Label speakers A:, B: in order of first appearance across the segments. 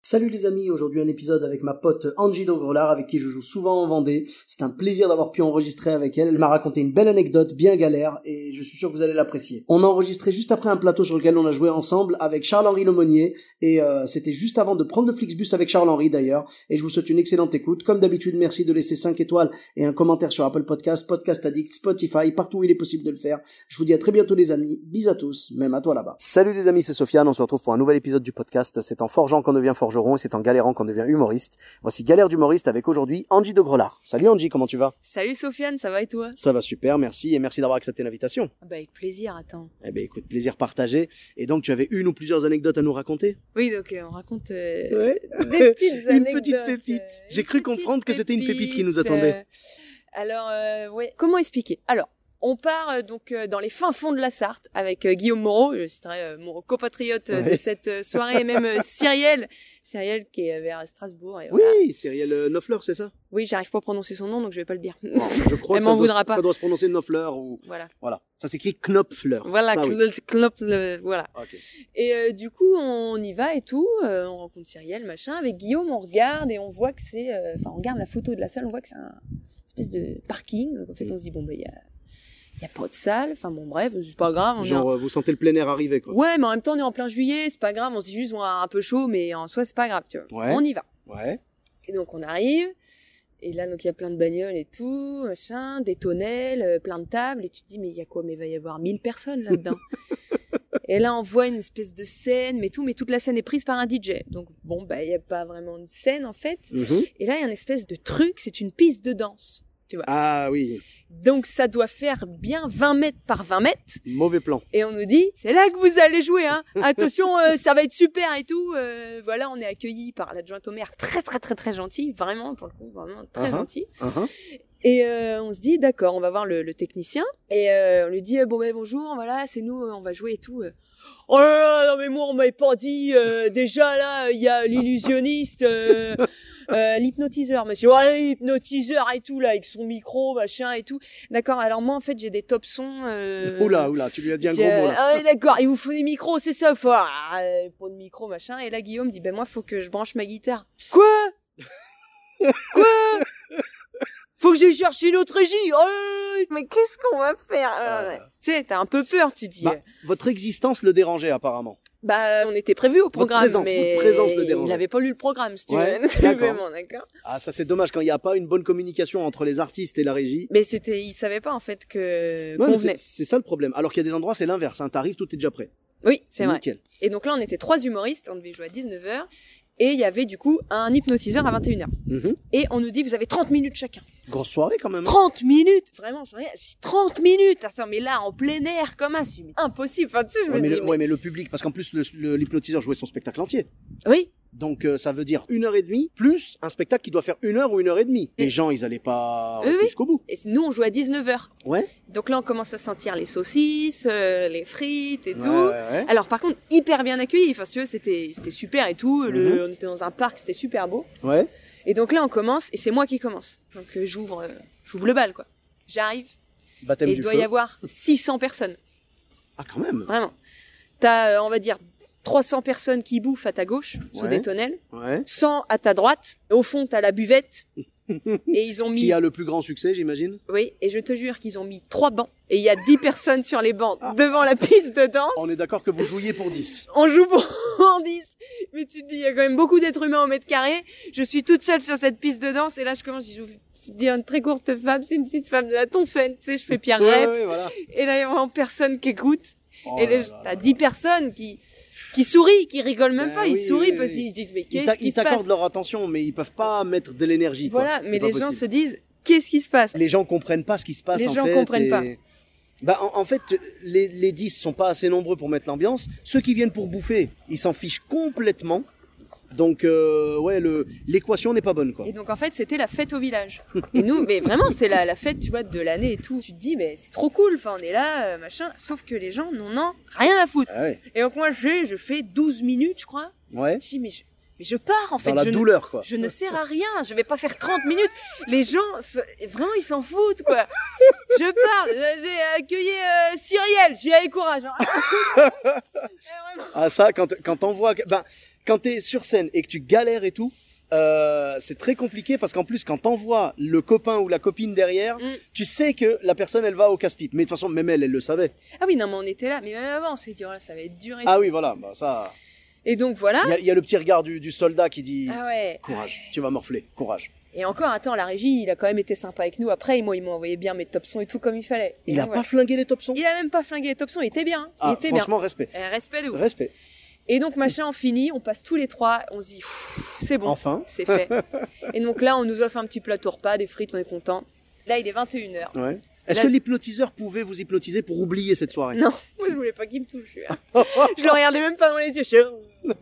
A: Salut les amis, aujourd'hui un épisode avec ma pote Angie Dogrelard avec qui je joue souvent en Vendée. C'est un plaisir d'avoir pu enregistrer avec elle. Elle m'a raconté une belle anecdote bien galère et je suis sûr que vous allez l'apprécier. On a enregistré juste après un plateau sur lequel on a joué ensemble avec Charles-Henri Lemonnier et euh, c'était juste avant de prendre le Flixbus avec Charles-Henri d'ailleurs et je vous souhaite une excellente écoute. Comme d'habitude, merci de laisser 5 étoiles et un commentaire sur Apple Podcast, Podcast Addict, Spotify, partout où il est possible de le faire. Je vous dis à très bientôt les amis. Bisous à tous, même à toi là-bas. Salut les amis, c'est Sofiane. On se retrouve pour un nouvel épisode du podcast. C'est en forgeant qu'on devient forgeron et c'est en galérant qu'on devient humoriste. Voici Galère d'humoriste avec aujourd'hui Angie de Grelard. Salut Angie, comment tu vas
B: Salut Sofiane, ça va et toi
A: Ça va super, merci et merci d'avoir accepté l'invitation.
B: Ah Bah avec plaisir, attends.
A: Eh ben écoute, plaisir partagé. Et donc tu avais une ou plusieurs anecdotes à nous raconter
B: Oui, donc euh, on raconte euh,
A: Ouais.
B: des petites
A: une
B: anecdotes.
A: petite pépite.
B: euh,
A: J'ai
B: une
A: cru
B: petite
A: comprendre que c'était une pépite qui nous attendait.
B: euh, alors, euh, ouais, comment expliquer Alors, on part euh, donc euh, dans les fins fonds de la Sarthe avec euh, Guillaume Moreau, je citerai euh, mon compatriote euh, de
A: Ouais.
B: cette euh, soirée, et même euh, Cyrielle, Cyrielle qui est euh, vers Strasbourg. Et,
A: Oui,
B: voilà.
A: Cyrielle euh, Neufleur, c'est ça
B: oui j'arrive pas à prononcer son nom, donc je vais pas le dire.
A: Bon, Je crois
B: Elle
A: que ça
B: m'en
A: doit-
B: voudra pas.
A: Ça doit se prononcer Neufleur ou
B: voilà,
A: voilà. Ça s'écrit Knopfleur.
B: voilà,
A: Ça, oui.
B: Cl- Clop- le- voilà.
A: Ok.
B: Et euh, du coup, on y va et tout, euh, on rencontre Cyrielle, machin. Avec Guillaume, on regarde et on voit que c'est. euh, Enfin, on regarde la photo de la salle, on voit que c'est un espèce de parking. Donc, en fait,
A: Mm.
B: on se dit, bon, ben, il y a, il y a pas de salle. Enfin, bon, bref, c'est pas grave. On est en-
A: Genre euh, vous sentez le plein air arriver quoi.
B: Ouais, mais en même temps, on est en plein juillet, c'est pas grave. On se dit juste, on a un peu chaud, mais en soi, c'est pas grave, tu vois.
A: Ouais.
B: On y va.
A: Ouais.
B: Et donc, on arrive. Et là, donc, il y a plein de bagnoles et tout, machin, des tonnelles, euh, plein de tables. Et tu te dis, mais il y a quoi Mais il va y avoir 1000 personnes là-dedans. et là, on voit une espèce de scène, mais tout, mais toute la scène est prise par un DJ. Donc, bon, bah, il n'y a pas vraiment de scène, en fait.
A: Mhm.
B: Et là, il y a une espèce de truc, c'est une piste de danse.
A: Ah oui,
B: Donc, ça doit faire bien 20 mètres par 20 mètres.
A: mauvais plan.
B: Et on nous dit, c'est là que vous allez jouer, hein. Attention, euh, ça va être super et tout. Euh, voilà, on est accueillis par l'adjointe au maire, très très très très gentil, vraiment pour le coup, vraiment très
A: Uh-huh.
B: gentil.
A: Uh-huh.
B: Et euh, on se dit, d'accord, on va voir le, le technicien. Et euh, on lui dit, euh, bon ben bonjour, voilà, c'est nous, euh, on va jouer et tout. Euh, Oh là là, non mais moi on m'avait pas dit, euh, déjà là, il y a l'illusionniste, euh, euh, l'hypnotiseur, monsieur. Oh, l'hypnotiseur et tout, là, avec son micro, machin et tout. D'accord, alors moi en fait j'ai des top sons. Euh,
A: Oula, oula, tu lui as dit un gros
B: euh,
A: mot là.
B: Ah ouais, d'accord, il vous faut des micros, c'est ça, faut ah, euh, pour de micro, machin. Et là, Guillaume dit, ben moi, faut que je branche ma guitare. Quoi Quoi Faut que j'aille chercher une autre régie Oh, Mais qu'est-ce qu'on va faire
A: Ah.
B: Ouais. Tu sais, t'as un peu peur, tu dis.
A: Bah. Votre existence le dérangeait apparemment.
B: Bah, on était prévu au programme,
A: présence,
B: mais
A: votre présence le dérangeait.
B: il avait pas lu le programme, si tu
A: Ouais,
B: veux. C'est
A: d'accord.
B: vraiment, d'accord.
A: Ah ça c'est dommage quand il n'y a pas une bonne communication entre les artistes et la régie.
B: Mais c'était, il savait pas en fait
A: Ouais,
B: que qu'on
A: mais c'est
B: venait.
A: c'est ça le problème. Alors qu'il y a des endroits c'est l'inverse. Hein. T'arrives, tout est déjà prêt.
B: Oui, c'est vrai.
A: Nickel.
B: Et donc là, on était trois humoristes, on devait jouer à 19h, et il y avait du coup un hypnotiseur à 21h.
A: Mhm.
B: et on nous dit vous avez 30 minutes chacun.
A: Grosse soirée quand même. hein.
B: 30 minutes Vraiment, j'en ai 30 minutes Attends, mais là, en plein air, comme un, c'est impossible. Enfin, tu sais, je
A: Ouais,
B: me
A: mais,
B: dis,
A: le,
B: mais-
A: ouais, mais le public, parce qu'en plus le- le- l'hypnotiseur jouait son spectacle entier.
B: oui,
A: Donc euh, ça veut dire une heure et demie plus un spectacle qui doit faire une heure ou une heure et demie. Les
B: Et-
A: gens ils allaient pas
B: Oui,
A: rester
B: oui.
A: jusqu'au bout.
B: et nous, on joue à 19h.
A: Ouais.
B: Donc là, on commence à sentir les saucisses, euh, les frites et
A: Ouais,
B: tout.
A: ouais, ouais.
B: Alors par contre, hyper bien accueillis. Enfin, si tu veux, c'était c'était super et tout. Le-
A: Mm-hmm.
B: On était dans un parc, c'était super beau.
A: Ouais.
B: Et donc là, on commence, et c'est moi qui commence. Donc euh, j'ouvre euh, j'ouvre le bal, quoi. J'arrive,
A: Baptême
B: et il
A: du
B: doit
A: feu.
B: y avoir 600 personnes.
A: Ah quand même.
B: Vraiment. T'as, euh, on va dire, 300 personnes qui bouffent à ta gauche, sous
A: Ouais.
B: des tonnelles,
A: Ouais.
B: 100 à ta droite, au fond, t'as la buvette, et ils ont mis...
A: Qui a le plus grand succès j'imagine
B: Oui, et je te jure qu'ils ont mis trois bancs, et il y a 10 personnes sur les bancs, devant la piste de danse.
A: Ah. On est d'accord que vous jouiez pour 10.
B: On joue pour en 10. Mais tu te dis, il y a quand même beaucoup d'êtres humains au mètre carré. Je suis toute seule sur cette piste de danse, et là, je commence, je vous dis une très courte femme, c'est une petite femme de la tonfaine, tu sais, je fais Pierre
A: Ouais,
B: Rep,
A: ouais, voilà.
B: et là, il y a vraiment personne qui écoute.
A: Oh
B: Et
A: là
B: là,
A: là là.
B: t'as 10 personnes qui, qui sourient, qui rigolent même
A: Ben
B: pas, ils
A: oui,
B: sourient
A: oui,
B: parce
A: oui.
B: qu'ils se disent, mais
A: Ils t'a-
B: qu'est-ce qui
A: ils
B: se
A: t'accordent
B: passe?
A: leur attention, mais ils peuvent pas mettre de l'énergie. quoi.
B: Voilà,
A: C'est
B: mais
A: pas
B: les gens
A: possible.
B: se disent, qu'est-ce qui se passe?
A: les gens comprennent pas ce qui se passe.
B: Les
A: en
B: gens
A: fait,
B: comprennent
A: et-
B: pas.
A: Bah, en, en fait, les, les 10 sont pas assez nombreux pour mettre l'ambiance. Ceux qui viennent pour bouffer, ils s'en fichent complètement. Donc, euh, ouais, le- l'équation n'est pas bonne, quoi.
B: Et donc en fait, c'était la fête au village. Et nous, mais vraiment, c'est la, la fête, tu vois, de l'année et tout. Tu te dis, mais c'est trop cool, enfin, on est là, euh, machin. Sauf que les gens n'en ont rien à foutre.
A: Ah ouais,
B: Et donc moi, je, je fais 12 minutes, je crois.
A: ouais.
B: Je dis, mais je, mais je pars, en fait.
A: Dans la
B: je, ne,
A: douleur, quoi.
B: je ne sers à rien, je vais pas faire 30 minutes. Les gens, se- vraiment, ils s'en foutent, quoi. Je parle, j'ai accueilli euh, Cyrielle, j'ai allez, courage. hein. Et vraiment,
A: Ah, ça, quand, quand t'en vois que- Ben, quand t'es sur scène et que tu galères et tout, euh, c'est très compliqué parce qu'en plus, quand t'envoies le copain ou la copine derrière,
B: Mm.
A: tu sais que la personne, elle va au casse-pipe. Mais de toute façon, même elle, elle le savait.
B: Ah oui, non, mais on était là, mais même avant, on s'est dit, oh là, ça va être dur. Et,
A: Ah oui, voilà, bah, ça.
B: et donc voilà.
A: Il y a- il y, a le petit regard du, du soldat qui dit
B: Ah ouais. Ah
A: Courage, tu vas morfler, courage.
B: Et encore, attends, la régie, il a quand même été sympa avec nous. Après, moi, il m'a envoyé bien mes top sons et tout comme il fallait. Et
A: Il a
B: donc,
A: pas
B: voilà.
A: flingué les topsons
B: il a même pas flingué les top sons, il était bien. hein.
A: Ah,
B: il était bien.
A: franchement, respect.
B: Euh, respect de ouf.
A: Respect.
B: Et donc, machin, on finit, on passe tous les trois, on se dit, Pfff, c'est bon,
A: Enfin.
B: c'est fait. et donc là, on nous offre un petit plateau repas, des frites, on est content. Là, il est 21h.
A: Ouais. Est-ce
B: La-
A: que l'hypnotiseur pouvait vous hypnotiser pour oublier cette soirée
B: Non, moi, je voulais pas qu'il me touche. lui. hein. je le regardais même pas dans les yeux. Je,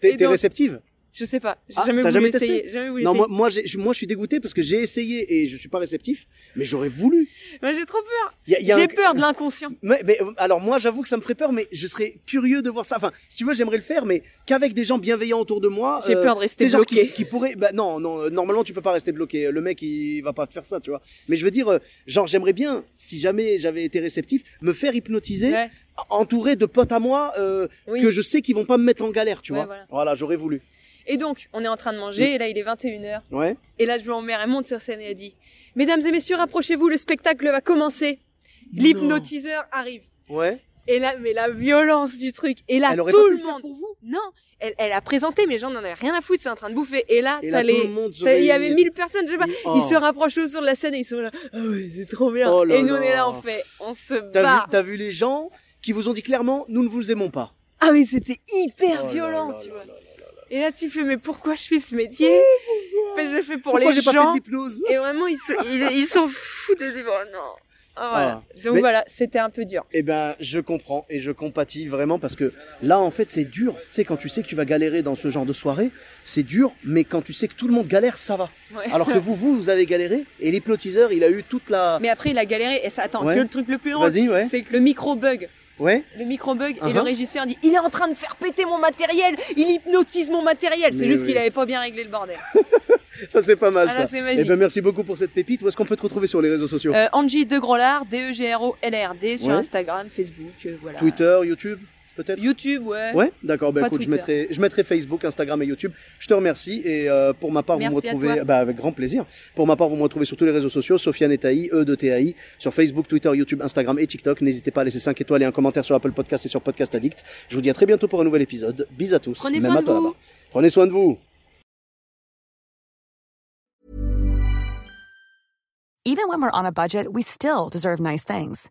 A: T'es
B: Et
A: t'es
B: donc-
A: réceptive
B: je sais pas, j'ai
A: Ah,
B: jamais
A: t'as
B: voulu
A: jamais testé
B: essayer. Jamais voulu
A: Non,
B: essayer.
A: moi, moi, j'ai- je- moi je suis dégoûté parce que j'ai essayé et je suis pas réceptif, mais j'aurais voulu.
B: Moi, j'ai trop peur.
A: Y a- y a
B: J'ai
A: un-
B: peur de l'inconscient.
A: Mais, mais, euh, alors moi j'avoue que ça me ferait peur, mais je serais curieux de voir ça. Enfin, si tu veux, j'aimerais le faire, mais qu'avec des gens bienveillants autour de moi. euh,
B: J'ai peur de rester
A: tu sais, genre
B: bloqué.
A: Qui, qui pourrait, bah non, non, euh, normalement tu peux pas rester bloqué. Le mec il va pas te faire ça, tu vois. Mais je veux dire, euh, genre j'aimerais bien, si jamais j'avais été réceptif, me faire hypnotiser,
B: Ouais.
A: entouré de potes à moi euh,
B: Oui.
A: que je sais qu'ils vont pas me mettre en galère, tu
B: Ouais,
A: vois.
B: voilà.
A: j'aurais voulu.
B: Et donc, on est en train de manger, et là, il est 21h.
A: Ouais.
B: Et là, je en mère, elle monte sur scène et elle dit Mesdames et messieurs, rapprochez-vous, le spectacle va commencer. L'hypnotiseur arrive.
A: Ouais.
B: Et là, mais la violence du truc. Et là,
A: Elle aurait
B: tout
A: pas pu
B: le
A: le faire
B: monde. Non, elle, elle a présenté, mais les gens n'en avaient rien à foutre, c'est en train de bouffer. Et là,
A: Et
B: Ah,
A: là,
B: t'as les-
A: tout le monde se
B: t'as- il y
A: réunit.
B: avait 1000 personnes, je sais pas.
A: Il-
B: Ils
A: oh.
B: se rapprochent autour de la scène et ils sont là. Ah ouais, c'est trop bien.
A: Oh là
B: et nous, on
A: là.
B: est là, on fait. On se
A: T'as
B: bat.
A: vu, t'as vu les gens qui vous ont dit clairement, nous ne vous aimons pas.
B: Ah, mais c'était hyper
A: Oh là
B: violent,
A: là
B: tu
A: là
B: vois.
A: là là.
B: Et là, tu fais, mais pourquoi je fais ce métier Mais je le fais pour
A: Pourquoi
B: les
A: j'ai pas fait
B: gens.
A: de l'hypnose
B: Et vraiment, ils s'en ils, ils s'en foutent de oh, non. Ah, voilà. Donc
A: Mais-
B: voilà, c'était un peu dur.
A: Eh ben, je comprends et je compatis vraiment parce que là, en fait, c'est dur. Tu sais, quand tu sais que tu vas galérer dans ce genre de soirée, c'est dur, mais quand tu sais que tout le monde galère, ça va.
B: Ouais.
A: Alors que vous, vous, vous avez galéré et l'hypnotiseur, il a eu toute la.
B: Mais après, il a galéré. Et ça, attends,
A: Ouais.
B: tu veux le truc le plus drôle
A: Vas-y, ouais.
B: C'est que le micro bug.
A: Ouais.
B: Le micro bug et
A: Uh-huh.
B: le régisseur dit Il est en train de faire péter mon matériel Il hypnotise mon matériel C'est
A: Mais
B: juste
A: oui.
B: qu'il avait pas bien réglé le bordel.
A: Ça, c'est pas mal,
B: Ah là,
A: ça.
B: c'est
A: Eh
B: magique.
A: ben, merci beaucoup pour cette pépite. Où est-ce qu'on peut te retrouver sur les réseaux sociaux
B: Euh, Angie E De Grolard, D-E-G-R-O-L-R-D, sur
A: Ouais.
B: Instagram, Facebook, euh, voilà.
A: Twitter, YouTube, peut-être
B: YouTube, ouais.
A: Ouais, d'accord. Bah,
B: Pas
A: écoute, je
B: Twitter.
A: mettrai, je mettrai Facebook, Instagram et YouTube. Je te remercie et euh, pour ma part, vous
B: Merci
A: me
B: à
A: retrouvez
B: toi.
A: bah, avec grand plaisir. Pour ma part, vous me retrouvez sur tous les réseaux sociaux, Sofiane et Taï, E de TAI, sur Facebook, Twitter, YouTube, Instagram et TikTok. N'hésitez pas à laisser 5 étoiles et un commentaire sur Apple Podcast et sur Podcast Addict. Je vous dis à très bientôt pour un nouvel épisode. Bis à tous.
B: Prenez
A: même
B: soin
A: à
B: de
A: toi
B: vous.
A: là-bas. Prenez soin de vous.
C: Even when we're on a budget, we still deserve nice things.